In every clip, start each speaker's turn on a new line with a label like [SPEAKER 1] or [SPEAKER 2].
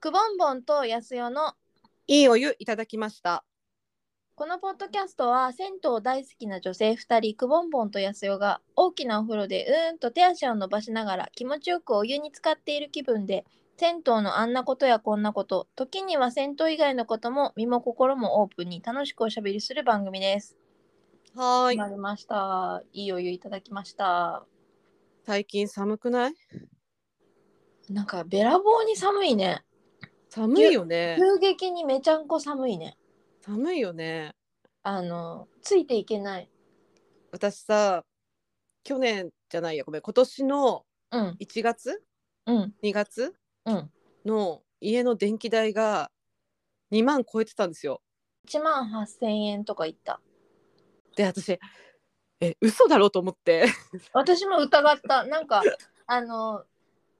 [SPEAKER 1] くぼんぼんとやすよの
[SPEAKER 2] いいお湯いただきました。
[SPEAKER 1] このポッドキャストは銭湯大好きな女性2人くぼんぼんとやすよが大きなお風呂でうーんと手足を伸ばしながら気持ちよくお湯に浸かっている気分で銭湯のあんなことやこんなこと時には銭湯以外のことも身も心もオープンに楽しくおしゃべりする番組です。
[SPEAKER 2] はーい。
[SPEAKER 1] なりました。いいお湯いただきました。
[SPEAKER 2] 最近寒くない
[SPEAKER 1] なんかべらぼうに寒いね。
[SPEAKER 2] 寒いよね。
[SPEAKER 1] 急激にめちゃんこ寒いね。
[SPEAKER 2] 寒いよね。
[SPEAKER 1] あのついていけない。
[SPEAKER 2] 私さ、去年じゃないや、ごめん。今年の
[SPEAKER 1] うん
[SPEAKER 2] 1月
[SPEAKER 1] うん
[SPEAKER 2] ?2 月
[SPEAKER 1] うん。
[SPEAKER 2] の家の電気代が2万超えてたんですよ。
[SPEAKER 1] 1万8000円とかいった。
[SPEAKER 2] で、私、え、嘘だろうと思って。
[SPEAKER 1] 私も疑ったなんかあの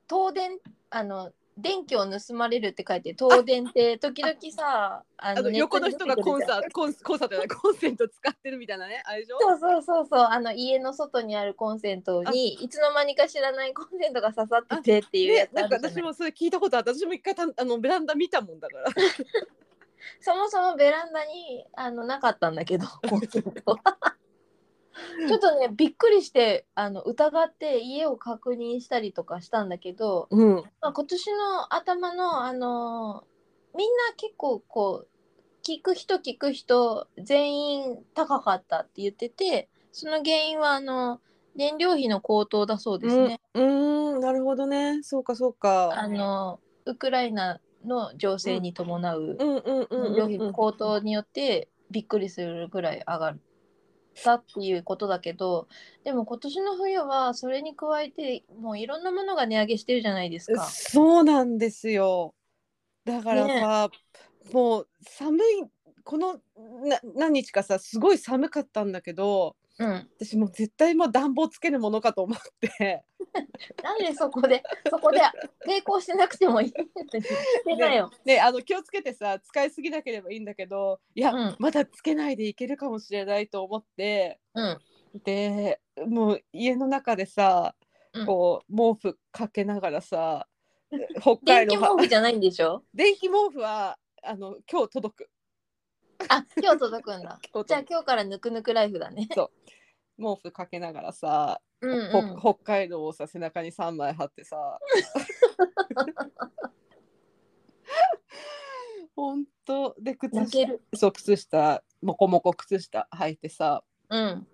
[SPEAKER 1] 東電あの電気を盗まれるって書いて東電って時々さあ
[SPEAKER 2] あ
[SPEAKER 1] ネッ
[SPEAKER 2] の
[SPEAKER 1] トに
[SPEAKER 2] 横の人がコンサート、コンコンサートじゃない、コンセント使ってるみたいなね、あれでしょ
[SPEAKER 1] そうそうそうそうあの家の外にあるコンセントにいつの間にか知らないコンセントが刺さっててっていうや
[SPEAKER 2] ね
[SPEAKER 1] つ
[SPEAKER 2] な
[SPEAKER 1] あ
[SPEAKER 2] んか
[SPEAKER 1] るじゃない
[SPEAKER 2] 私もそれ聞いたことある私も一回たあのベランダ見たもんだから
[SPEAKER 1] そもそもベランダにあのなかったんだけ どコンセントはちょっとねびっくりしてあの疑って家を確認したりとかしたんだけど、
[SPEAKER 2] うん
[SPEAKER 1] まあ、今年の頭の、あのーみんな結構こう聞く人聞く人全員高かったって言っててその原因はあの燃料費の高騰だそうですね、
[SPEAKER 2] うーんなるほどねそうかそうか
[SPEAKER 1] あのウクライナの情勢に伴う
[SPEAKER 2] うんうんう
[SPEAKER 1] 燃
[SPEAKER 2] んう
[SPEAKER 1] 料費
[SPEAKER 2] んうん
[SPEAKER 1] の高騰によってびっくりするぐらい上がったっていうことだけどでも今年の冬はそれに加えてもういろんなものが値上げしてるじゃないですか。
[SPEAKER 2] そうなんですよだからさ、もう寒いこのな何日かさすごい寒かったんだけど
[SPEAKER 1] うん
[SPEAKER 2] 私もう絶対もう暖房つけるものかと思って
[SPEAKER 1] なんでそこで、そこで抵抗しなくてもいいって言ってたよ。
[SPEAKER 2] ねあの気をつけてさ使いすぎなければいいんだけどいや、
[SPEAKER 1] うん
[SPEAKER 2] まだつけないでいけるかもしれないと思って
[SPEAKER 1] うん。
[SPEAKER 2] でもう家の中でさ、
[SPEAKER 1] うん
[SPEAKER 2] こう毛布かけながらさ北海
[SPEAKER 1] 電気
[SPEAKER 2] 道
[SPEAKER 1] 毛
[SPEAKER 2] は
[SPEAKER 1] 布じゃないんでしょ
[SPEAKER 2] 電気毛布はあの今日届く
[SPEAKER 1] あ、今日届くんだ。
[SPEAKER 2] 今日
[SPEAKER 1] じゃあ
[SPEAKER 2] 届
[SPEAKER 1] 今日からぬくぬくライフだね。
[SPEAKER 2] く毛布かけながらさ、
[SPEAKER 1] うん、う
[SPEAKER 2] ほ
[SPEAKER 1] ん。
[SPEAKER 2] 北海道をさ背中に3枚貼っ てさほんとで靴
[SPEAKER 1] 泣け
[SPEAKER 2] 下
[SPEAKER 1] る。
[SPEAKER 2] そう靴下もこもこ靴下履いてさ
[SPEAKER 1] うん。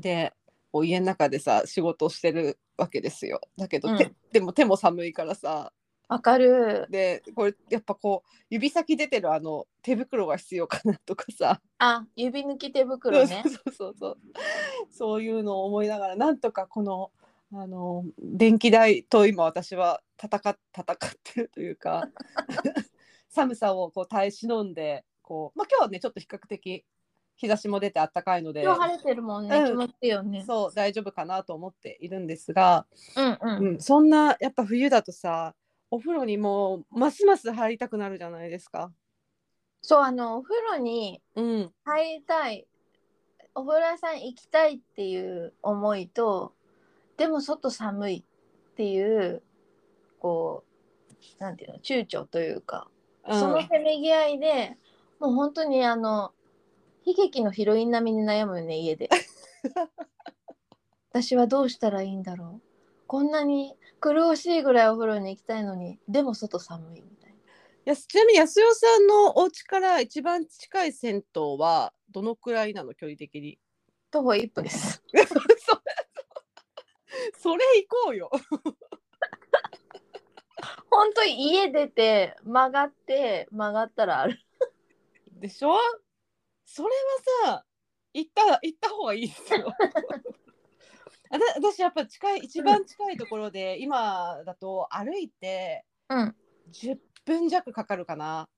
[SPEAKER 2] でこう家の中でさ仕事してるわけですよだけど、
[SPEAKER 1] うん
[SPEAKER 2] 手でも手も寒いからさ
[SPEAKER 1] わかる。
[SPEAKER 2] でこれやっぱこう指先出てるあの手袋が必要かなとかさ
[SPEAKER 1] あ、指抜き手袋ね。
[SPEAKER 2] そうそうそうそうそういうのを思いながらなんとかこのあの電気代と今私は戦っ戦ってるとい うか寒さをこう耐え忍んでこう、まあ、今日はねちょっと比較的日差しも出てあったかいので
[SPEAKER 1] 今日晴れてるもんね。
[SPEAKER 2] うん
[SPEAKER 1] 気持ちいいよね。
[SPEAKER 2] そう大丈夫かなと思っているんですが、
[SPEAKER 1] うんうん。
[SPEAKER 2] うん、そんなやっぱ冬だとさお風呂にもうますます入りたくなるじゃないですか。
[SPEAKER 1] そう、あの、お風呂に
[SPEAKER 2] うん、
[SPEAKER 1] 入りたい。お風呂屋さん行きたいっていう思いと、でも外寒いっていう、こう、なんていうの、躊躇というか。
[SPEAKER 2] うん
[SPEAKER 1] そのせめぎ合いで、もう本当にあの悲劇のヒロイン並みに悩むよね家 で私はどうしたらいいんだろうこんなに苦しいぐらいお風呂に行きたいのにでも外寒いみたい
[SPEAKER 2] やすちなみに安代さんのお家から一番近い銭湯はどのくらいなの距離的に
[SPEAKER 1] な徒歩1分です
[SPEAKER 2] そそれ行こうよ
[SPEAKER 1] 本当に家出て曲がって曲がったらある
[SPEAKER 2] でしょそれはさ行った行った方がいいです よあだ私やっぱ近い一番近いところで今だと歩いて
[SPEAKER 1] うん
[SPEAKER 2] 10分弱かかるかな、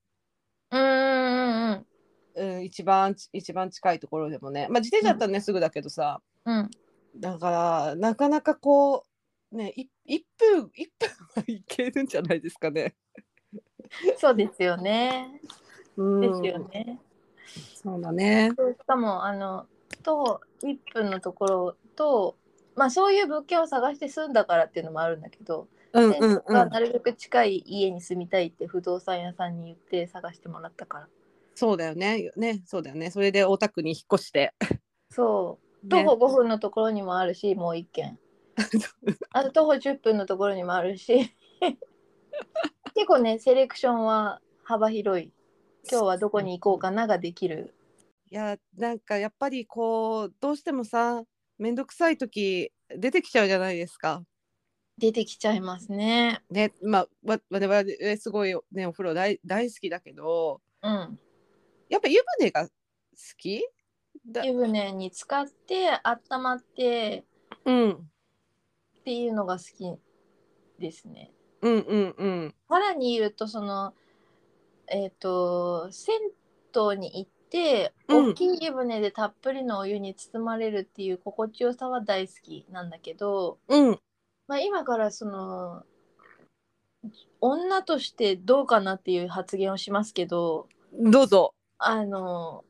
[SPEAKER 1] うんうんうん
[SPEAKER 2] うん、一番一番近いところでもねまあ自転車だったらね、すぐだけどさ、
[SPEAKER 1] うん
[SPEAKER 2] だからなかなかこうねい一分一分はいけるんじゃないですかね。
[SPEAKER 1] そうですよねですよね、
[SPEAKER 2] そうだね。
[SPEAKER 1] そうしかもあの徒歩1分のところとまあそういう物件を探して住んだからっていうのもあるんだけど、
[SPEAKER 2] うん
[SPEAKER 1] 銭
[SPEAKER 2] う
[SPEAKER 1] 湯
[SPEAKER 2] んう
[SPEAKER 1] が
[SPEAKER 2] ん
[SPEAKER 1] なるべく近い家に住みたいって不動産屋さんに言って探してもらったから
[SPEAKER 2] そうだよねねそうだよねそれで大田区に引っ越して、
[SPEAKER 1] そう徒
[SPEAKER 2] ね、
[SPEAKER 1] 歩5分のところにもあるしもう1軒 あと徒歩10分のところにもあるし 結構ねセレクションは幅広い今日はどこに行こうかなができる
[SPEAKER 2] いやなんかやっぱりこうどうしてもさ面倒くさい時出てきちゃうじゃないですか。
[SPEAKER 1] 出てきちゃいますね
[SPEAKER 2] ねまあわ我々すごいねお風呂大大好きだけど
[SPEAKER 1] うん
[SPEAKER 2] やっぱ湯船が好きだ
[SPEAKER 1] 湯船に浸かって温まって
[SPEAKER 2] うん
[SPEAKER 1] っていうのが好きですね
[SPEAKER 2] うんうんうん
[SPEAKER 1] さらにいるとそのえっ、と銭湯に行って
[SPEAKER 2] うん
[SPEAKER 1] 大きい湯船でたっぷりのお湯に包まれるっていう心地よさは大好きなんだけど、
[SPEAKER 2] うん
[SPEAKER 1] まあ、今からその女としてどうかなっていう発言をしますけど
[SPEAKER 2] どうぞ。
[SPEAKER 1] あの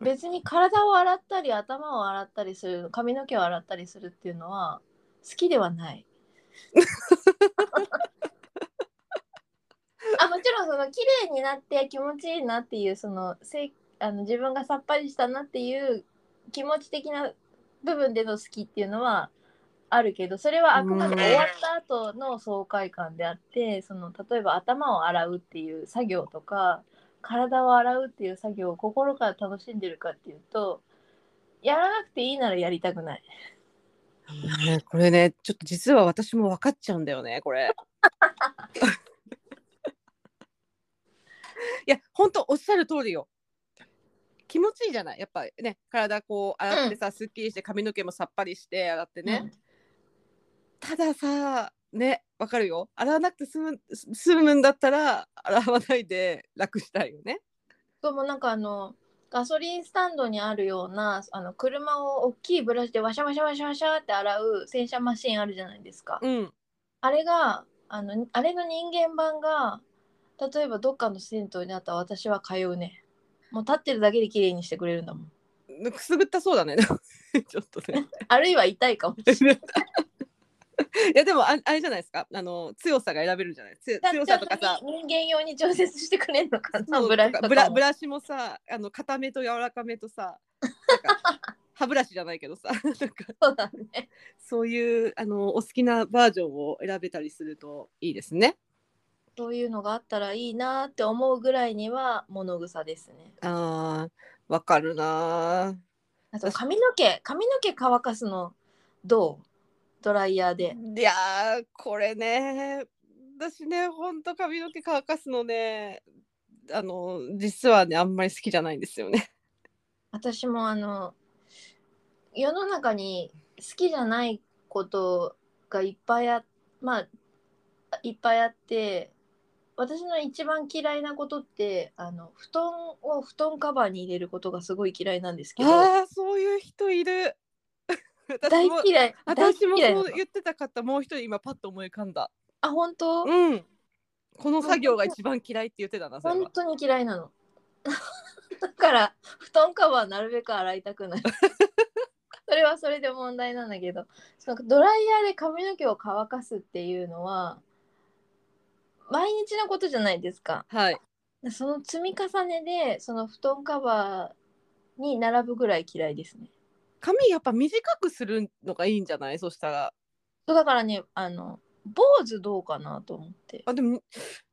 [SPEAKER 1] 別に体を洗ったり頭を洗ったりする髪の毛を洗ったりするっていうのは好きでは ない。あもちろんその綺麗になって気持ちいいなっていうそのせいあの自分がさっぱりしたなっていう気持ち的な部分での好きっていうのはあるけどそれはあくまで終わった後の爽快感であってその例えば頭を洗うっていう作業とか体を洗うっていう作業を心から楽しんでるかっていうとやらなくていいならやりたくない。
[SPEAKER 2] ねこれねちょっと実は私も分かっちゃうんだよねこ れ。いや本当おっしゃる通りよ。気持ちいいじゃないやっぱね体こう洗ってさ、すっきりして髪の毛もさっぱりして洗ってね、たださね分かるよ洗わなくて済む済むんだったら洗わないで楽したいよね。
[SPEAKER 1] でもなんかあのガソリンスタンドにあるようなあの車を大きいブラシでワシャワシャワシャワシャって洗う洗車マシンあるじゃないですか。
[SPEAKER 2] うん
[SPEAKER 1] あれがあのあれの人間版が例えばどっかの銭湯にあったら私は通うね。もう立ってるだけで綺麗にしてくれるんだもん。
[SPEAKER 2] くすぐったそうだね ちょっとね。
[SPEAKER 1] あるいは痛いかもしれない。
[SPEAKER 2] いやでもああれじゃないですかあの強さが選べるじゃないつ強さとかさ
[SPEAKER 1] ちゃんと人間用に調節してくれるのかな
[SPEAKER 2] そう
[SPEAKER 1] ブラシとかも
[SPEAKER 2] ブラブラシもさあの硬めと柔らかめとさなんか歯ブラシじゃないけどさ なんか
[SPEAKER 1] そうだね。
[SPEAKER 2] そういうあのお好きなバージョンを選べたりするといいですね。
[SPEAKER 1] そういうのがあったらいいなって思うぐらいには物草ですね。
[SPEAKER 2] あーわかるな
[SPEAKER 1] あと髪の毛髪の毛乾かすのどうドライヤーで。
[SPEAKER 2] ーいやーこれね私ねほんと髪の毛乾かすのねあの実はねあんまり好きじゃないんですよね。
[SPEAKER 1] 私もあの世の中に好きじゃないことがいっぱいあまあいっぱいあって私の一番嫌いなことってあの布団を布団カバーに入れることがすごい嫌いなんですけど
[SPEAKER 2] あーそういう人いる。 私
[SPEAKER 1] 大
[SPEAKER 2] も
[SPEAKER 1] 嫌い
[SPEAKER 2] 私も
[SPEAKER 1] 大嫌いな
[SPEAKER 2] そ
[SPEAKER 1] の
[SPEAKER 2] う言ってたかったもう一人今パッと思い浮かんだ。
[SPEAKER 1] あ本当
[SPEAKER 2] うん。この作業が一番嫌いって言ってたな、それ
[SPEAKER 1] 本
[SPEAKER 2] は。
[SPEAKER 1] 当に嫌いなの だから布団カバーなるべく洗いたくない それはそれで問題なんだけどそのドライヤーで髪の毛を乾かすっていうのは毎日のことじゃないですか
[SPEAKER 2] はい。
[SPEAKER 1] その積み重ねでその布団カバーに並ぶぐらい嫌いですね
[SPEAKER 2] 髪やっぱ短くするのがいいんじゃないそしたら。
[SPEAKER 1] そうだからねあの坊主どうかなと思って
[SPEAKER 2] あ、でも、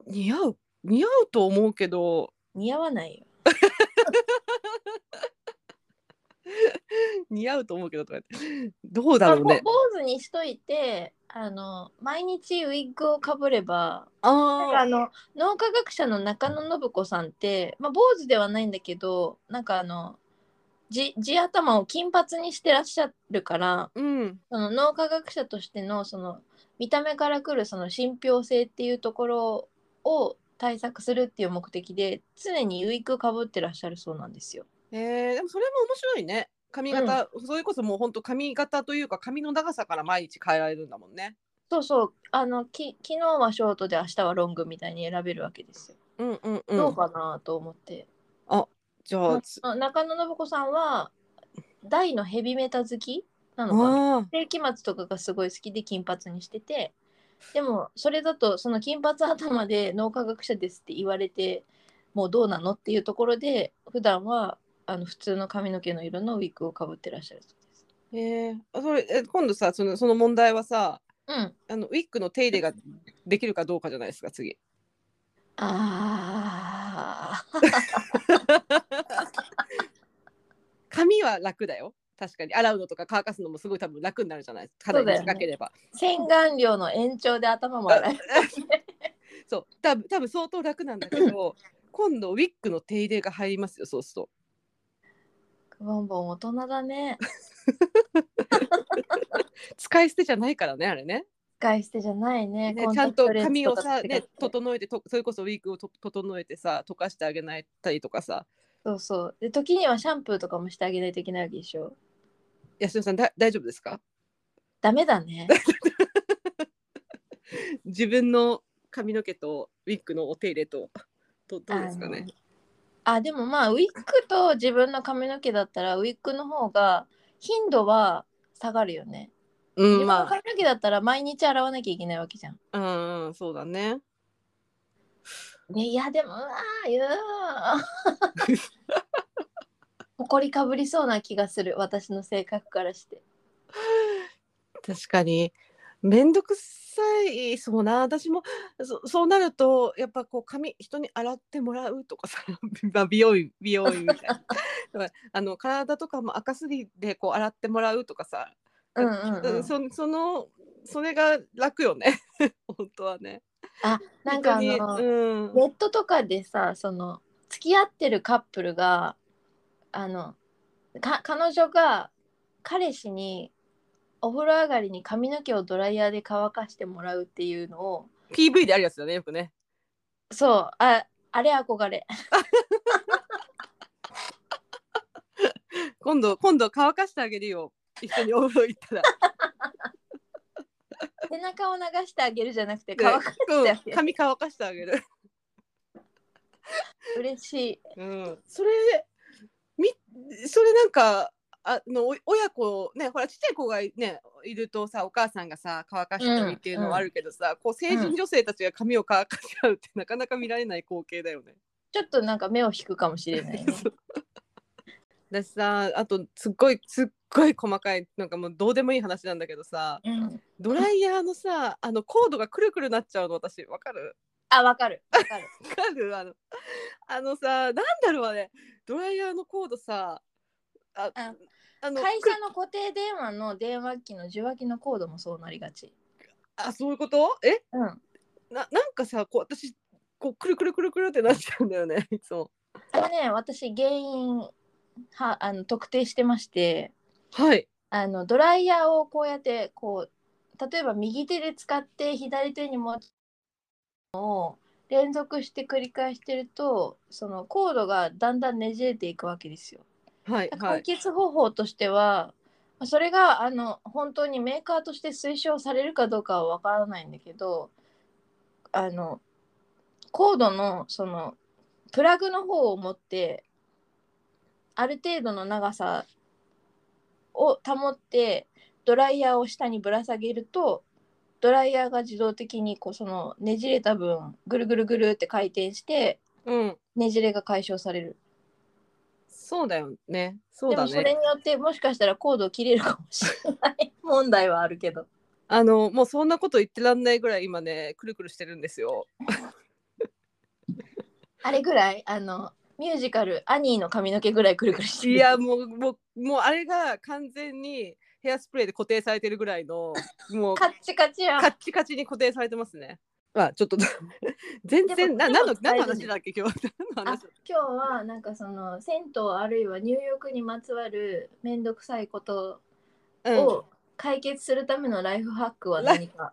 [SPEAKER 2] 似合う。似合うと思うけど、
[SPEAKER 1] 似合わないよ
[SPEAKER 2] 似合うと思うけどとか言って。どうだろうね。
[SPEAKER 1] まあ坊主にしといてあの毎日ウィッグをかぶればなんかあ
[SPEAKER 2] あ
[SPEAKER 1] の脳科学者の中野信子さんって、まあ、坊主ではないんだけどなんかあの地地頭を金髪にしてらっしゃるから
[SPEAKER 2] あ。うん。
[SPEAKER 1] その脳科学者としてのその見た目からくるその信憑性っていうところを対策するっていう目的で常にウィッグかぶってらっしゃるそうなんですよ。
[SPEAKER 2] えー、でもそれも面白いね。髪型、それこそもう本当髪型というか髪の長さから毎日変えられるんだもんね。
[SPEAKER 1] そうそうあのき昨日はショートで明日はロングみたいに選べるわけですよ。
[SPEAKER 2] うんうんう。
[SPEAKER 1] どうんかなと思って。
[SPEAKER 2] じゃあ、
[SPEAKER 1] あ中野信子さんは大のヘビメタ好きなのかな
[SPEAKER 2] ああ。
[SPEAKER 1] 世紀末とかがすごい好きで金髪にしててでもそれだとその金髪頭で脳科学者ですって言われてもうどうなのっていうところで普段はあの普通の髪の毛の色のウィッグをかぶってらっしゃるそうです。
[SPEAKER 2] えー、あそれえ今度さそのその問題はさ
[SPEAKER 1] うん。
[SPEAKER 2] あのウィッグの手入れができるかどうかじゃないですか 次。
[SPEAKER 1] ああ。
[SPEAKER 2] 髪は楽だよ確かに洗うのとか乾かすのもすごい多分楽になるじゃない肌に
[SPEAKER 1] そうだよね
[SPEAKER 2] 短ければ
[SPEAKER 1] 洗顔料の延長で頭も洗える。
[SPEAKER 2] そう多分多分相当楽なんだけ ど今度ウィッグの手入れが入りますよそうすると
[SPEAKER 1] ボンボン大人だね。
[SPEAKER 2] 使い捨てじゃないからねあれね
[SPEAKER 1] 使い捨てじゃないね。
[SPEAKER 2] ね
[SPEAKER 1] コン
[SPEAKER 2] ちゃ
[SPEAKER 1] タ
[SPEAKER 2] ん
[SPEAKER 1] クト
[SPEAKER 2] と
[SPEAKER 1] レンズ
[SPEAKER 2] 髪を
[SPEAKER 1] か
[SPEAKER 2] さ、
[SPEAKER 1] と違
[SPEAKER 2] ね
[SPEAKER 1] って、
[SPEAKER 2] 整えてとそれこそウィッグをと整えてさ溶かしてあげないたりとかさ
[SPEAKER 1] そうそう。で時にはシャンプーとかもしてあげないといけないわけでしょ。
[SPEAKER 2] 安野さんだ大丈夫ですか
[SPEAKER 1] ダメだ ね。
[SPEAKER 2] 自分の髪の毛とウィッグのお手入れとどどうですかね
[SPEAKER 1] あのあでもまあウィッグと自分の髪の毛だったらウィッグの方が頻度は下がるよね。
[SPEAKER 2] う
[SPEAKER 1] 自
[SPEAKER 2] ん
[SPEAKER 1] 分の
[SPEAKER 2] ま
[SPEAKER 1] 髪の毛だったら毎日洗わなきゃいけないわけじゃん。
[SPEAKER 2] あうんうんそうだね
[SPEAKER 1] でいやでもうわーい やー埃かぶりそうな気がする私の性格からして。
[SPEAKER 2] 確かに面倒くさいそうな私もそそうなるとやっぱこう髪人に洗ってもらうとかさ まあ美容院美容院み たいなだからあの体とかも赤すりでこう洗ってもらうとかさ、
[SPEAKER 1] うんうんうん
[SPEAKER 2] うん、そそのそれが楽よね 本当はね。
[SPEAKER 1] あなんかあ
[SPEAKER 2] 本
[SPEAKER 1] の
[SPEAKER 2] 当に、うん、
[SPEAKER 1] ネットとかでさその付き合ってるカップルがあのか彼女が彼氏にお風呂上がりに髪の毛をドライヤーで乾かしてもらうっていうのを
[SPEAKER 2] PV であるやつだねよくね。
[SPEAKER 1] そうああれ憧れ
[SPEAKER 2] 今度今度乾かしてあげるよ一緒にお風呂行ったら。
[SPEAKER 1] 背中を流してあげるじゃなくて 乾かしてあげ
[SPEAKER 2] うん
[SPEAKER 1] る
[SPEAKER 2] 髪乾かしてあげる。
[SPEAKER 1] 嬉しい
[SPEAKER 2] うん、それみそれなんかあのお親子ねほらちっちゃい子がねいるとさお母さんがさ乾かしたりっていうのはあるけどさ、こう成人女性たちが髪を乾かし合うってなかなか見られない光景だよね。
[SPEAKER 1] ちょっとなんか目を引くかもしれない ね
[SPEAKER 2] だしさあとすっごいすっごい細かいなんかもうどうでもいい話なんだけどさ
[SPEAKER 1] うん
[SPEAKER 2] ドライヤーのさあのコードがくるくるなっちゃうの私わかる
[SPEAKER 1] あわかるわかる
[SPEAKER 2] わかるあのあのさなんだろうあれドライヤーのコードさあ
[SPEAKER 1] あ
[SPEAKER 2] あの
[SPEAKER 1] 会社の固定電話の電話機の受話器のコードもそうなりがち
[SPEAKER 2] あそういうことえ
[SPEAKER 1] うん
[SPEAKER 2] ななんかさこう私こうくるくるくるくるってなっちゃうんだよね いつも
[SPEAKER 1] あれね私原因はあの特定してまして
[SPEAKER 2] はい
[SPEAKER 1] あのドライヤーをこうやってこう例えば右手で使って左手に持つのを連続して繰り返してるとそのコードがだんだんねじれていくわけですよ。
[SPEAKER 2] はいは
[SPEAKER 1] 解
[SPEAKER 2] い
[SPEAKER 1] 決方法としては、まあそれがあの本当にメーカーとして推奨されるかどうかはわからないんだけどあのコードのそのプラグの方を持ってある程度の長さを保ってドライヤーを下にぶら下げるとドライヤーが自動的にこうそのねじれた分ぐるぐるぐるって回転して
[SPEAKER 2] うん
[SPEAKER 1] ねじれが解消される。
[SPEAKER 2] そうだよねそう
[SPEAKER 1] で
[SPEAKER 2] だ
[SPEAKER 1] もそれ
[SPEAKER 2] ね
[SPEAKER 1] によってもしかしたらコードを切れるかもしれない問題はあるけど
[SPEAKER 2] あのもうそんなこと言ってらんないぐらい今ねくるくるしてるんです よ
[SPEAKER 1] あれぐらいあのミュージカル「アニー」の髪の毛ぐらいくるくるしてる
[SPEAKER 2] いやもうもうもうあれが完全にヘアスプレーで固定されてるぐらいのもう
[SPEAKER 1] カ
[SPEAKER 2] カ
[SPEAKER 1] ッチカチやん
[SPEAKER 2] ッチカチに固定されてますねまあちょっと 全然な何の何の話だっけ今日何の
[SPEAKER 1] あ
[SPEAKER 2] 話
[SPEAKER 1] 今日はなんかその銭湯あるいは入浴にまつわる面倒くさいこと
[SPEAKER 2] うん
[SPEAKER 1] を解決するためのライフハックは何 か、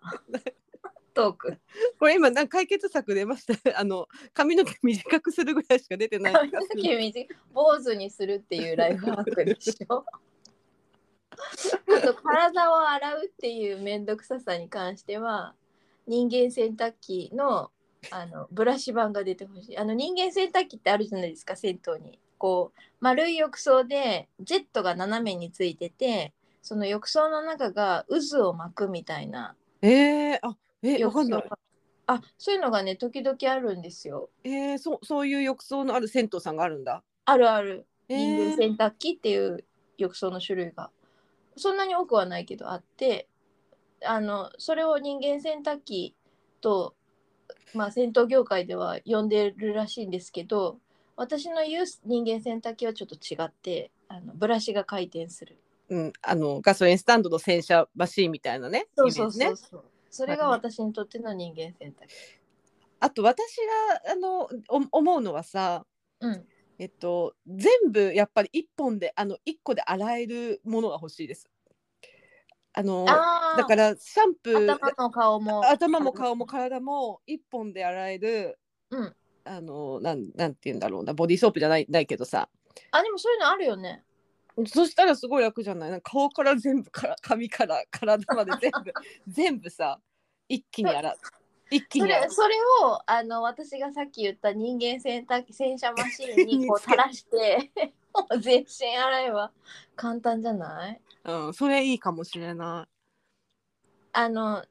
[SPEAKER 1] トーク
[SPEAKER 2] これ今なんか解決策出ました あの髪の毛短くするぐらいしか出てない
[SPEAKER 1] 髪の毛短い坊主にするっていうライフハックでしょあと体を洗うっていう面倒くささに関しては人間洗濯機のあのブラシ板が出てほしいあの人間洗濯機ってあるじゃないですか銭湯にこう丸い浴槽でジェットが斜めについててその浴槽の中が渦を巻くみたいな
[SPEAKER 2] えー、あええ、わかんない。
[SPEAKER 1] 浴槽があそういうのがね時々あるんですよ。
[SPEAKER 2] えー、そう、そういう浴槽のある銭湯さんがあるんだ。
[SPEAKER 1] あるある
[SPEAKER 2] え
[SPEAKER 1] 人間
[SPEAKER 2] ー
[SPEAKER 1] 洗濯機っていう浴槽の種類が、そんなに多くはないけどあってあのそれを人間洗濯機と、まあ、銭湯業界では呼んでるらしいんですけど私の言う人間洗濯機はちょっと違ってあのブラシが回転する。
[SPEAKER 2] うん、あのガソリンスタンドの洗車マシーンみたいなね。
[SPEAKER 1] そうそう
[SPEAKER 2] イメー
[SPEAKER 1] そう
[SPEAKER 2] ジね。
[SPEAKER 1] そう、それが私にとっての人間洗濯機。
[SPEAKER 2] あと私があのお思うのはさ、
[SPEAKER 1] うん、
[SPEAKER 2] えっと全部やっぱり一本であの一個で洗えるものが欲しいです。あの
[SPEAKER 1] ああ
[SPEAKER 2] だからシャンプー
[SPEAKER 1] 頭の顔も
[SPEAKER 2] 頭も顔も体も一本で洗える。
[SPEAKER 1] うん
[SPEAKER 2] あのなんなんて言うんだろうなボディーソープじゃないないけどさ
[SPEAKER 1] あでもそういうのあるよね
[SPEAKER 2] そしたらすごい楽じゃないなんか顔から全部 から髪から体まで全 部全部さ一気に洗う一気
[SPEAKER 1] そ
[SPEAKER 2] に
[SPEAKER 1] れ
[SPEAKER 2] 洗う
[SPEAKER 1] それをあの私がさっき言った人間洗濯機洗車マシーン にこう垂らして もう全身洗えば簡単じゃない
[SPEAKER 2] うん、それいいかもしれな
[SPEAKER 1] あの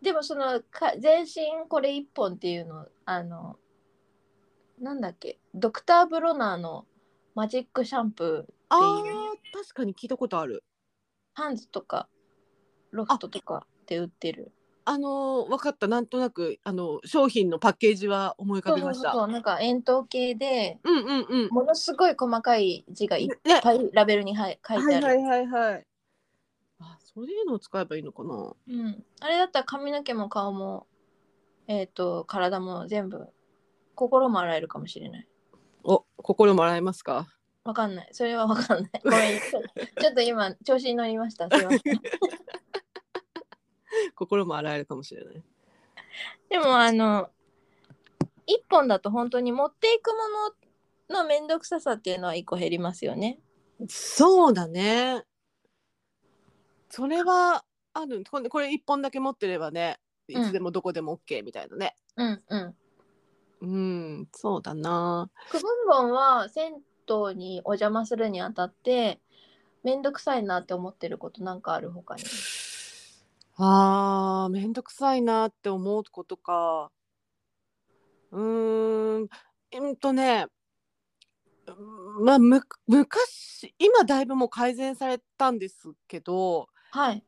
[SPEAKER 1] でもそのか全身これ一本っていうのあのなんだっけドクター・ブロナーのマジックシャンプー
[SPEAKER 2] い。あー確かに聞いたことある。
[SPEAKER 1] ハンズとかロフトとかで売ってる
[SPEAKER 2] あのー、分かったなんとなくあの商品のパッケージは思い浮か
[SPEAKER 1] そう
[SPEAKER 2] び
[SPEAKER 1] そ
[SPEAKER 2] ま
[SPEAKER 1] う
[SPEAKER 2] した。
[SPEAKER 1] そうなんか円筒形で
[SPEAKER 2] うんうんうん。
[SPEAKER 1] ものすごい細かい字がいっ
[SPEAKER 2] ね、
[SPEAKER 1] ぱいラベルにはい書いてある。
[SPEAKER 2] はいはいはいはい。あそういうのを使えばいいのかな。
[SPEAKER 1] うん、あれだったら髪の毛も顔も、えー、と体も全部心も洗えるかもしれない
[SPEAKER 2] お心もらえますか。
[SPEAKER 1] わかんないそれはわかん ないごめんちょちょっと今調子に乗りましたすいません
[SPEAKER 2] 心も洗えるかもしれない。
[SPEAKER 1] でもあの一本だと本当に持っていくものの面倒くささっていうのは一個減りますよね
[SPEAKER 2] そうだね。それはあるこれこれ一本だけ持ってればねい
[SPEAKER 1] うん
[SPEAKER 2] つでもどこでも OK みたいなね。
[SPEAKER 1] うんうん
[SPEAKER 2] うん、そうだな。
[SPEAKER 1] クボンボンは銭湯にお邪魔するにあたって面倒くさいなって思ってることなんかあるほかに
[SPEAKER 2] あーめんどくさいなって思うことかうーんうんとねうんまあむ昔今だいぶもう改善されたんですけど
[SPEAKER 1] はい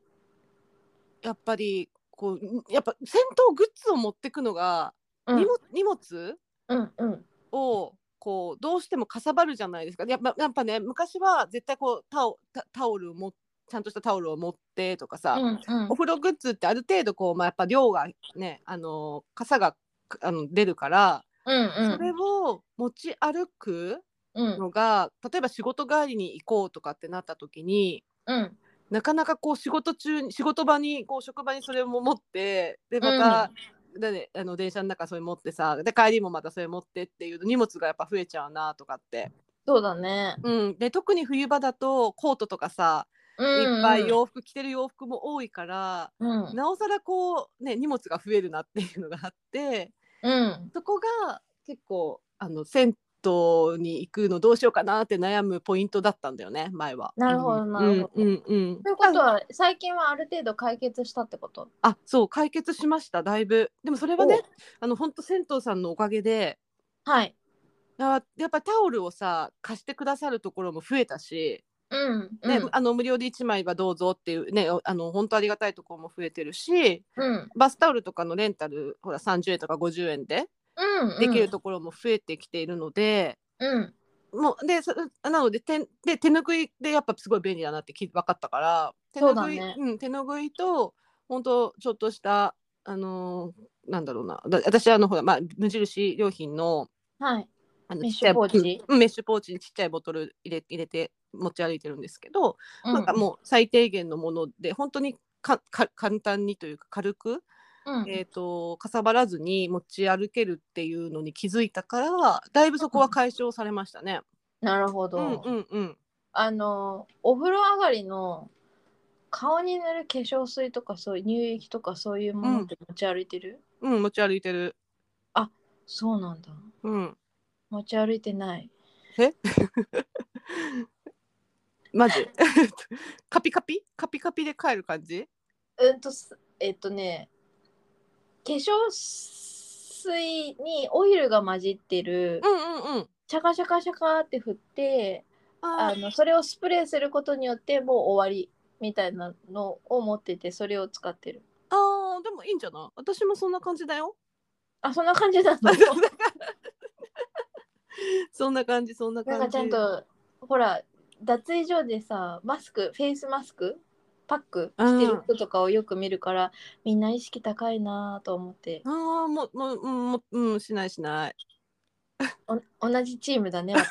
[SPEAKER 2] やっぱりこうやっぱ戦闘グッズを持ってくのが、
[SPEAKER 1] うん
[SPEAKER 2] 荷物荷物
[SPEAKER 1] うんうん
[SPEAKER 2] をこうどうしてもかさばるじゃないですかやっぱやっぱね昔は絶対こうタオタタオルをもちゃんとしたタオルを持ってとかさ、
[SPEAKER 1] うんうん
[SPEAKER 2] お風呂グッズってある程度こう、まあ、やっぱ量がねあの傘がかあの出るから、
[SPEAKER 1] うんう
[SPEAKER 2] それ
[SPEAKER 1] ん
[SPEAKER 2] を持ち歩く
[SPEAKER 1] うん
[SPEAKER 2] のが例えば仕事帰りに行こうとかってなった時に
[SPEAKER 1] うん
[SPEAKER 2] なかなかこう仕事中に仕事場にこう職場にそれも持ってでまた、だねあの電車の中それ持ってさで帰りもまたそれ持ってっていう荷物がやっぱ増えちゃうなとかって、
[SPEAKER 1] そうだね。
[SPEAKER 2] うん、で特に冬場だとコートとかさ、いっぱい洋服着てる洋服も多いから
[SPEAKER 1] うんうん。
[SPEAKER 2] なおさらこうね荷物が増えるなっていうのがあって
[SPEAKER 1] うん。
[SPEAKER 2] そこが結構あの銭湯に行くのどうしようかなって悩むポイントだったんだよね前は。
[SPEAKER 1] なるほど
[SPEAKER 2] うん
[SPEAKER 1] なるほど
[SPEAKER 2] うんうんうん
[SPEAKER 1] ということは最近はある程度解決したってこと
[SPEAKER 2] あそう解決しましただいぶでもそれはねあの本当銭湯さんのおかげで
[SPEAKER 1] はい。
[SPEAKER 2] あやっぱタオルをさ貸してくださるところも増えたし、
[SPEAKER 1] うん。う
[SPEAKER 2] ね
[SPEAKER 1] ん。
[SPEAKER 2] あの無料で1枚はどうぞっていうねあの本当ありがたいところも増えてるし
[SPEAKER 1] うん。
[SPEAKER 2] バスタオルとかのレンタルほら30円とか50円で
[SPEAKER 1] うん。
[SPEAKER 2] できるところも増えてきているので、
[SPEAKER 1] うん。
[SPEAKER 2] もうでそなので手で手ぬぐいでやっぱすごい便利だなってき分かったから手
[SPEAKER 1] そ
[SPEAKER 2] ぬ
[SPEAKER 1] うだ
[SPEAKER 2] ぐい
[SPEAKER 1] ね
[SPEAKER 2] うん、手ぬぐいと本当ちょっとしたあのーなんだろうなだ私あのほら、まあ、無印良品の
[SPEAKER 1] はい。
[SPEAKER 2] あの
[SPEAKER 1] メッシュ
[SPEAKER 2] ちっちゃい
[SPEAKER 1] ポーチ
[SPEAKER 2] うんメッシュポーチにちっちゃいボトル入れ入れて持ち歩いてるんですけど、
[SPEAKER 1] うん
[SPEAKER 2] なんかもう最低限のもので本当にかか簡単にというか軽く、
[SPEAKER 1] うん。
[SPEAKER 2] えー、とかさばらずに持ち歩けるっていうのに気づいたからだいぶそこは解消されましたね。
[SPEAKER 1] なるほ
[SPEAKER 2] うん
[SPEAKER 1] ど
[SPEAKER 2] う。んうん
[SPEAKER 1] あの、お風呂上がりの顔に塗る化粧水とかそういう乳液とかそういうものって持ち歩いてる
[SPEAKER 2] うん、持ち歩いてる。
[SPEAKER 1] そうなんだ。
[SPEAKER 2] うん。
[SPEAKER 1] 持ち歩いてない。
[SPEAKER 2] マ ジ。カピカピ？カピカピで帰る感じ？
[SPEAKER 1] うんとす、えっとね、化粧水にオイルが混じってる、
[SPEAKER 2] うんうんうん。
[SPEAKER 1] シャカシャカシャカって振って
[SPEAKER 2] あ
[SPEAKER 1] あのそれをスプレーすることによってもう終わりみたいなのを持っててそれを使ってる
[SPEAKER 2] あーでもいいんじゃない私もそんな感じだよ。
[SPEAKER 1] あそんな感じだ
[SPEAKER 2] そんな感じそんな感じそんな
[SPEAKER 1] なん
[SPEAKER 2] 感
[SPEAKER 1] か
[SPEAKER 2] じ。
[SPEAKER 1] ちゃんとほら脱衣所でさマスクフェイスマスクパックしてる人とかをよく見るから、みんな意識高いなと思って
[SPEAKER 2] ああもうもううんもううんしないしない。
[SPEAKER 1] お同じチームだね 私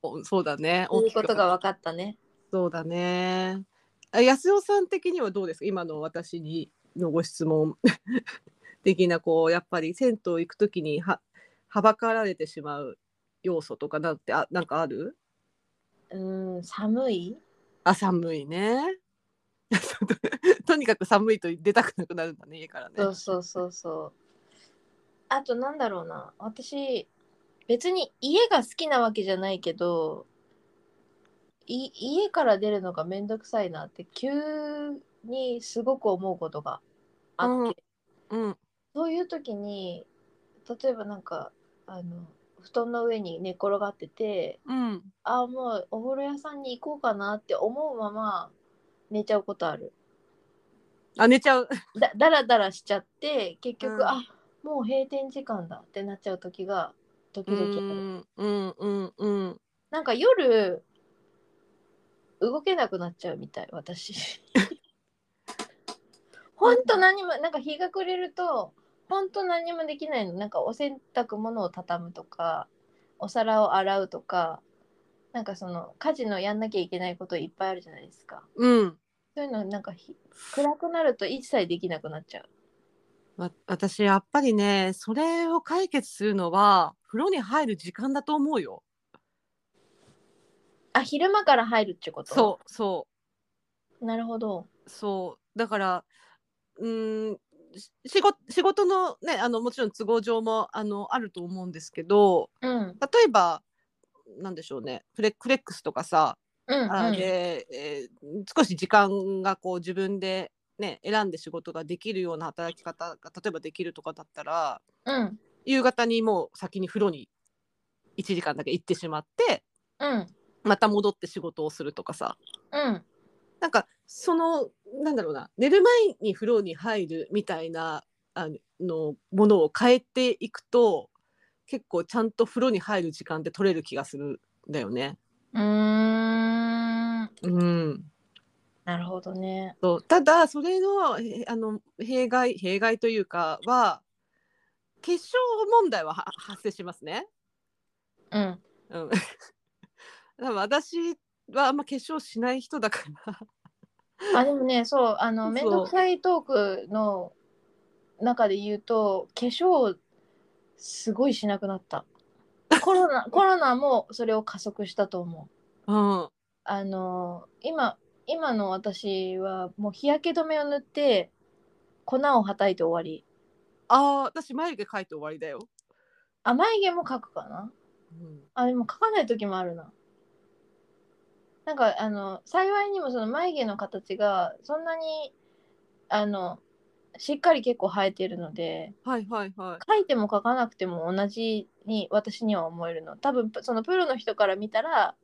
[SPEAKER 2] おそうだね。
[SPEAKER 1] というこ
[SPEAKER 2] 大きく
[SPEAKER 1] とが分かったね
[SPEAKER 2] そうだね。あ安尾さん的にはどうですか今の私にのご質問 的なこうやっぱり銭湯行くときにははばかられてしまう要素とかなんてあなんかある
[SPEAKER 1] うーん寒い
[SPEAKER 2] あ寒いね。 とにかく寒いと出たくなくなるんだね家からね。
[SPEAKER 1] そうそうそうそう。あとなんだろうな私別に家が好きなわけじゃないけどい家から出るのがめんどくさいなって急にすごく思うことがあって、
[SPEAKER 2] うんうん
[SPEAKER 1] そういう時に例えばなんかあの布団の上に寝転がってて
[SPEAKER 2] うん。
[SPEAKER 1] あもうお風呂屋さんに行こうかなって思うまま寝ちゃうことある。
[SPEAKER 2] あ寝ちゃう。
[SPEAKER 1] だだらだらしちゃって結局、
[SPEAKER 2] うん
[SPEAKER 1] あもう閉店時間だってなっちゃう時が時
[SPEAKER 2] う
[SPEAKER 1] 々ある
[SPEAKER 2] んうんうんうん。
[SPEAKER 1] なんか夜動けなくなっちゃうみたい 私ほんと何もなんか日が暮れるとほんと何もできないのなんかお洗濯物を畳むとかお皿を洗うとかなんかその家事のやんなきゃいけないこといっぱいあるじゃないですか
[SPEAKER 2] うん。
[SPEAKER 1] そういうのなんかひ暗くなると一切できなくなっちゃう
[SPEAKER 2] わ私やっぱりねそれを解決するのは風呂に入る時間だと思うよ。
[SPEAKER 1] あ昼間から入るってこと
[SPEAKER 2] そうそ
[SPEAKER 1] なるほど。
[SPEAKER 2] うそうだからうーんし仕事仕事のねあのもちろん都合上もあのあると思うんですけど
[SPEAKER 1] うん。
[SPEAKER 2] 例えばなんでしょうねフレクレックスとかさ、
[SPEAKER 1] うん、
[SPEAKER 2] あで、えー少し時間がこう自分で、ね、選んで仕事ができるような働き方が例えばできるとかだったら
[SPEAKER 1] うん。
[SPEAKER 2] 夕方にもう先に風呂に1時間だけ行ってしまって
[SPEAKER 1] うん。
[SPEAKER 2] また戻って仕事をするとかさ
[SPEAKER 1] うん。
[SPEAKER 2] なんかそのなんだろうな寝る前に風呂に入るみたいなあのものを変えていくと結構ちゃんと風呂に入る時間って取れる気がするんだよね。
[SPEAKER 1] うーん。
[SPEAKER 2] うん、
[SPEAKER 1] なるほどね。
[SPEAKER 2] そうただそれのへあの弊害弊害というかは結晶問題はは発生しますね。
[SPEAKER 1] うん。
[SPEAKER 2] うん、 多分私はあんま化粧しない人だから
[SPEAKER 1] あ、でもね、そう、あの、
[SPEAKER 2] そう
[SPEAKER 1] めんどくさいトークの中で言うと、化粧すごいしなくなった。コロ ナ、コロナもそれを加速したと思う。
[SPEAKER 2] うん
[SPEAKER 1] あの、今、今の私はもう日焼け止めを塗って、粉をはたいて終わり。
[SPEAKER 2] あー私眉毛描いて終わりだよ。
[SPEAKER 1] あ、眉毛も描くかなあ、でも書かない時もあるな。なんか、あの、幸いにもその眉毛の形が、そんなに、あの、しっかり結構生えてるので、
[SPEAKER 2] はいはいはい。
[SPEAKER 1] 書いても書かなくても同じに私には思えるの。多分、そのプロの人から見たら、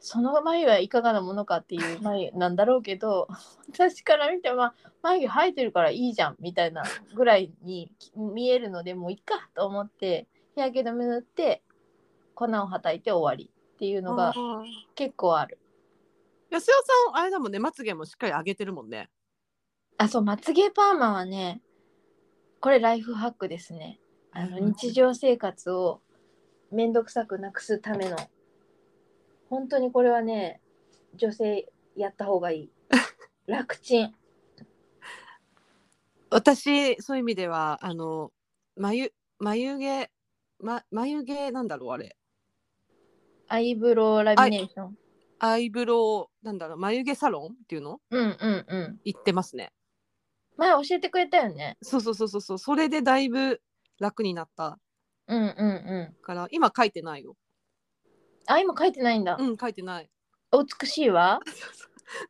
[SPEAKER 1] その眉はいかがなものかって いう眉なんだろうけど、私から見ては、眉毛生えてるからいいじゃんみたいなぐらいに見えるので、もういっかと思って、日焼け止め塗って、粉をはたいて終わりっていうのが
[SPEAKER 2] あー
[SPEAKER 1] 結構ある。
[SPEAKER 2] 安代さんあれだもんねまつげもしっかり上げてるもんね。
[SPEAKER 1] あ、そう、まつげパーマはね、これライフハックですね。あの
[SPEAKER 2] うん
[SPEAKER 1] 日常生活をめんどくさくなくすための。本当にこれはね、女性やった方が いい。楽ちん。
[SPEAKER 2] 私そういう意味ではあの眉眉毛、ま、眉毛なんだろうあれ
[SPEAKER 1] アイブロウラミネーション。
[SPEAKER 2] アイブロウなんだろう眉毛サロンっていうの
[SPEAKER 1] うんうんうん。
[SPEAKER 2] 行ってますね。
[SPEAKER 1] 前教えてくれたよね。
[SPEAKER 2] そうそうそうそうそうそれでだいぶ楽になった
[SPEAKER 1] うんうんうん。
[SPEAKER 2] から今描いてないよ。
[SPEAKER 1] あ、今書いてないんだ
[SPEAKER 2] う。ん描いてない。
[SPEAKER 1] お美しいわ。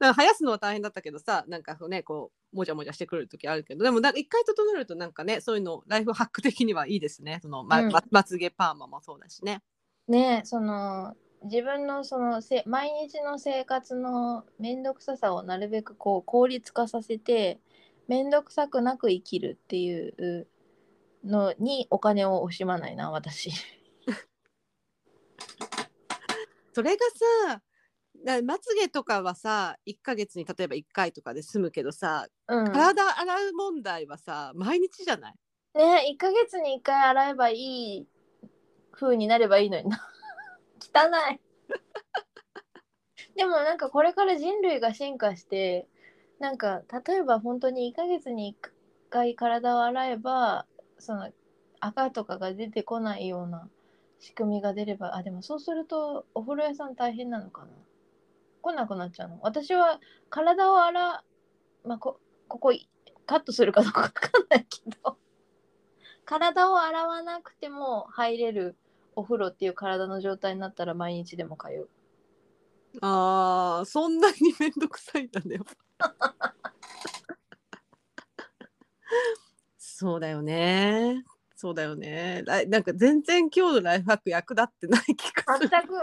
[SPEAKER 2] なんか生やすのは大変だったけどさなんかこうねこうもじゃもじゃしてくる時あるけどでもなんか一回整えるとなんかねそういうのライフハック的にはいいですねそのま,
[SPEAKER 1] うん
[SPEAKER 2] ま、まつげパーマもそうだしね。
[SPEAKER 1] ねえその自分のそのせ毎日の生活の面倒くささをなるべくこう効率化させて面倒くさくなく生きるっていうのにお金を惜しまないな私。
[SPEAKER 2] それがさだまつげとかはさ1ヶ月に例えば1回とかで済むけどさ
[SPEAKER 1] うん、ね
[SPEAKER 2] 体洗う問題はさ毎日じゃない
[SPEAKER 1] え1ヶ月に1回洗えばいい風になればいいのにな 汚いでもなんかこれから人類が進化してなんか例えば本当に1ヶ月に1回体を洗えばその赤とかが出てこないような仕組みが出ればあでもそうするとお風呂屋さん大変なのかな来なくなっちゃうの私は体を洗まあこここカットするかどうかわかんないけど体を洗わなくても入れるお風呂っていう体の状態になったら毎日でも通う
[SPEAKER 2] あーそんなに面倒くさいんだねそうだよねそうだよねライなんか全然今日のライフハック役立ってない気がす
[SPEAKER 1] 全
[SPEAKER 2] る
[SPEAKER 1] く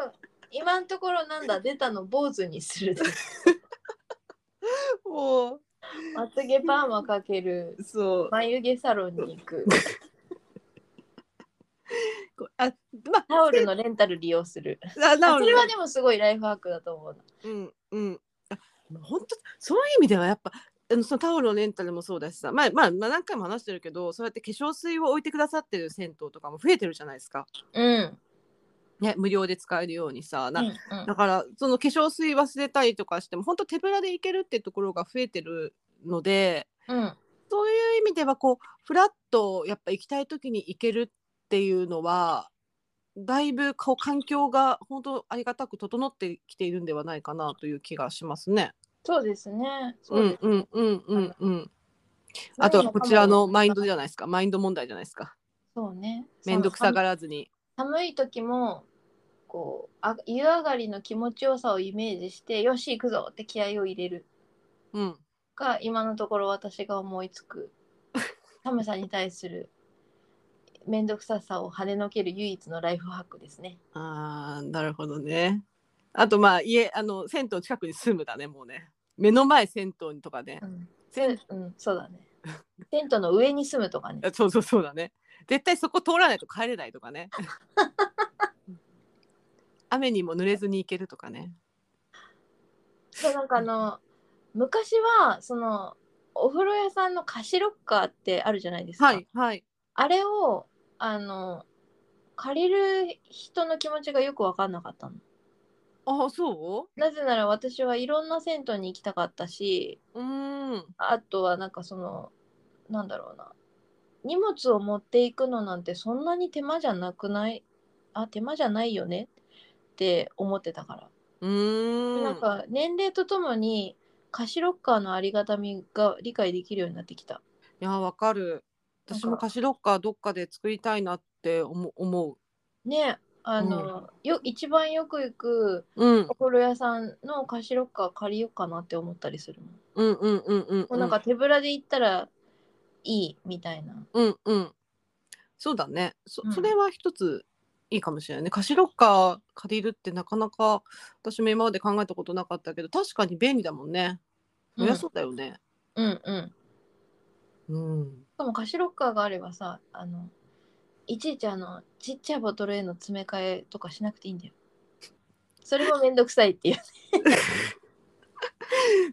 [SPEAKER 1] 今のところなんだ出たの坊主にす る
[SPEAKER 2] も
[SPEAKER 1] まつげパーマかける
[SPEAKER 2] うそう
[SPEAKER 1] 眉毛サロンに行く
[SPEAKER 2] こあまあ
[SPEAKER 1] タオルのレンタル利用する
[SPEAKER 2] あ
[SPEAKER 1] あ
[SPEAKER 2] な
[SPEAKER 1] そ
[SPEAKER 2] お
[SPEAKER 1] れはでもすごいライフワークだと思うな
[SPEAKER 2] うんうんあ本当そういう意味ではやっぱあのそのタオルのレンタルもそうだしさ、まあまあ、まあ何回も話してるけどそうやって化粧水を置いてくださってる銭湯とかも増えてるじゃないですか、
[SPEAKER 1] うん
[SPEAKER 2] ね、無料で使えるようにさな
[SPEAKER 1] うんうん
[SPEAKER 2] だからその化粧水忘れたりとかしても本当手ぶらでいけるってところが増えてるので
[SPEAKER 1] うん
[SPEAKER 2] そういう意味ではこうフラッとやっぱ行きたい時に行けるっていうのはだいぶこう環境が本当ありがたく整ってきているんではないかなという気がしますね。
[SPEAKER 1] そうですねそううで
[SPEAKER 2] ん
[SPEAKER 1] す
[SPEAKER 2] うんうんうんうん。
[SPEAKER 1] そう
[SPEAKER 2] あと
[SPEAKER 1] いう
[SPEAKER 2] は
[SPEAKER 1] か
[SPEAKER 2] こ
[SPEAKER 1] も
[SPEAKER 2] ちらのマインドじゃないですか。マインド問題じゃないですか。
[SPEAKER 1] そうね
[SPEAKER 2] 面倒くさがらずに。
[SPEAKER 1] 寒い時もこうあ湯上がりの気持ちよさをイメージしてよし行くぞって気合を入れる
[SPEAKER 2] うん。
[SPEAKER 1] が今のところ私が思いつく寒さに対する面倒くささを跳ねのける唯一のライフハックですね。
[SPEAKER 2] ああ、なるほどね。あとまあ家あの銭湯近くに住むだねもうね。目の前銭湯にとかね
[SPEAKER 1] う。ん、
[SPEAKER 2] 銭
[SPEAKER 1] うん、そうだね。テントの上に住むとかね。
[SPEAKER 2] あそうそうそうだね。絶対そこ通らないと帰れないとかね。 雨にも濡れずに行けるとかね。
[SPEAKER 1] そうなんかあの昔はそのお風呂屋さんの貸しロッカーってあるじゃないですか。
[SPEAKER 2] はいはい。
[SPEAKER 1] あれをあの借りる人の気持ちがよく分かんなかったの。
[SPEAKER 2] ああそ
[SPEAKER 1] なぜなら私はいろんな銭湯に行きたかったし
[SPEAKER 2] う。うーん。
[SPEAKER 1] あとはなんかそのなんだろうな荷物を持っていくのなんてそんなに手間じゃなくないあ手間じゃないよねって思ってたから、
[SPEAKER 2] うーん。
[SPEAKER 1] なんか年齢とともに貸しロッカーのありがたみが理解できるようになってきた
[SPEAKER 2] いやわかる
[SPEAKER 1] なんか
[SPEAKER 2] 私も貸しロッカーどっかで作りたいなって思う思
[SPEAKER 1] ねあの、よ一番よく行く
[SPEAKER 2] う、うん、
[SPEAKER 1] お風呂屋さんの貸しロッカー借りようかなって思ったりするもん
[SPEAKER 2] うんうんうんうん
[SPEAKER 1] もうなんか手ぶらで行ったらいいみたいな
[SPEAKER 2] うんうんそうだねそ
[SPEAKER 1] うん
[SPEAKER 2] それは一ついいかもしれないね、貸しロッカー借りるってなかなか私も今まで考えたことなかったけど確かに便利だもんねそりゃそうだよね
[SPEAKER 1] うんうん
[SPEAKER 2] うん、
[SPEAKER 1] しかも貸しロッカーがあればさあのいちいちあのちっちゃいボトルへの詰め替えとかしなくていいんだよそれもめんどくさい っていう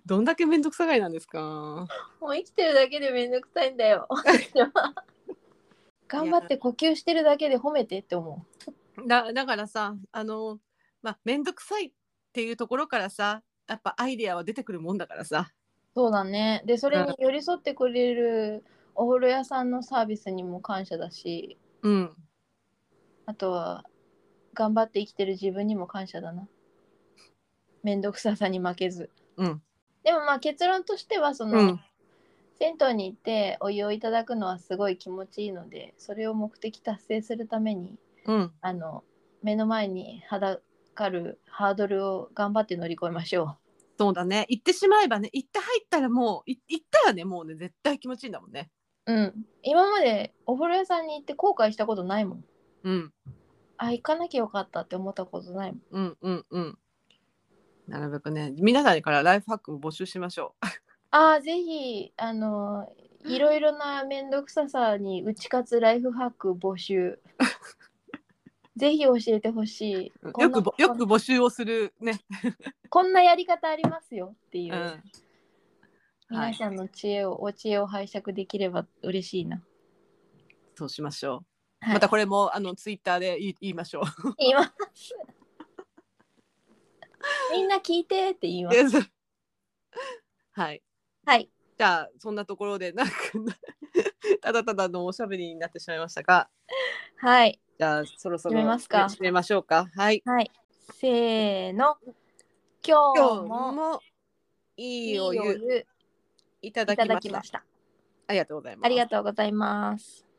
[SPEAKER 2] どんだけ面倒くさがりなんですか
[SPEAKER 1] もう生きてるだけでめんどくさいんだ よ私は頑張って呼吸してるだけで褒めてって思
[SPEAKER 2] だだからさあのまあ面倒くさいっていうところからさやっぱアイデアは出てくるもんだからさ
[SPEAKER 1] うそうだねでそれに寄り添ってくれるお風呂屋さんのサービスにも感謝だし
[SPEAKER 2] うん
[SPEAKER 1] あとは頑張って生きてる自分にも感謝だなめんどくささに負けず
[SPEAKER 2] うん
[SPEAKER 1] でもまあ結論としてはその、
[SPEAKER 2] うん
[SPEAKER 1] 銭湯に行ってお湯をいただくのはすごい気持ちいいのでそれを目的達成するために
[SPEAKER 2] うん
[SPEAKER 1] あの目の前にはだかるハードルを頑張って乗り越えましょ
[SPEAKER 2] そうだね行ってしまえばね行って入ったらもうい行ったらねもうね絶対気持ちいいんだもんね
[SPEAKER 1] うん今までお風呂屋さんに行って後悔したことないもん
[SPEAKER 2] うん
[SPEAKER 1] あ行かなきゃよかったって思ったことないもん
[SPEAKER 2] うんうんうんなるべくね皆さんからライフハックも募集しましょう
[SPEAKER 1] あーぜひあのいろいろな面倒くささに打ち勝つライフハック募集 ぜひ教えてほしいこ
[SPEAKER 2] よ
[SPEAKER 1] んな
[SPEAKER 2] くぼよく募集をするね、
[SPEAKER 1] こんなやり方ありますよっていうう、
[SPEAKER 2] ん、
[SPEAKER 1] 皆さんの知恵を、お知恵を拝借できれば嬉しいな、
[SPEAKER 2] そうしましょう、
[SPEAKER 1] はい
[SPEAKER 2] またこれもあのツイッターで言い言いましょう
[SPEAKER 1] 言います みんな聞いてって言います
[SPEAKER 2] はい
[SPEAKER 1] はい
[SPEAKER 2] じゃあそんなところでなんか ただただのおしゃべりになってしまいましたが
[SPEAKER 1] はい
[SPEAKER 2] じゃあそろそ
[SPEAKER 1] 締
[SPEAKER 2] ろ
[SPEAKER 1] めますか
[SPEAKER 2] 締めましょうかはい
[SPEAKER 1] はいせーの今
[SPEAKER 2] 今
[SPEAKER 1] 日
[SPEAKER 2] 日
[SPEAKER 1] も
[SPEAKER 2] もいいお湯
[SPEAKER 1] い
[SPEAKER 2] いた
[SPEAKER 1] い
[SPEAKER 2] だ
[SPEAKER 1] た
[SPEAKER 2] き
[SPEAKER 1] だ
[SPEAKER 2] ま
[SPEAKER 1] き
[SPEAKER 2] し
[SPEAKER 1] ま
[SPEAKER 2] た
[SPEAKER 1] した
[SPEAKER 2] ありがとうございます
[SPEAKER 1] ありがとうございます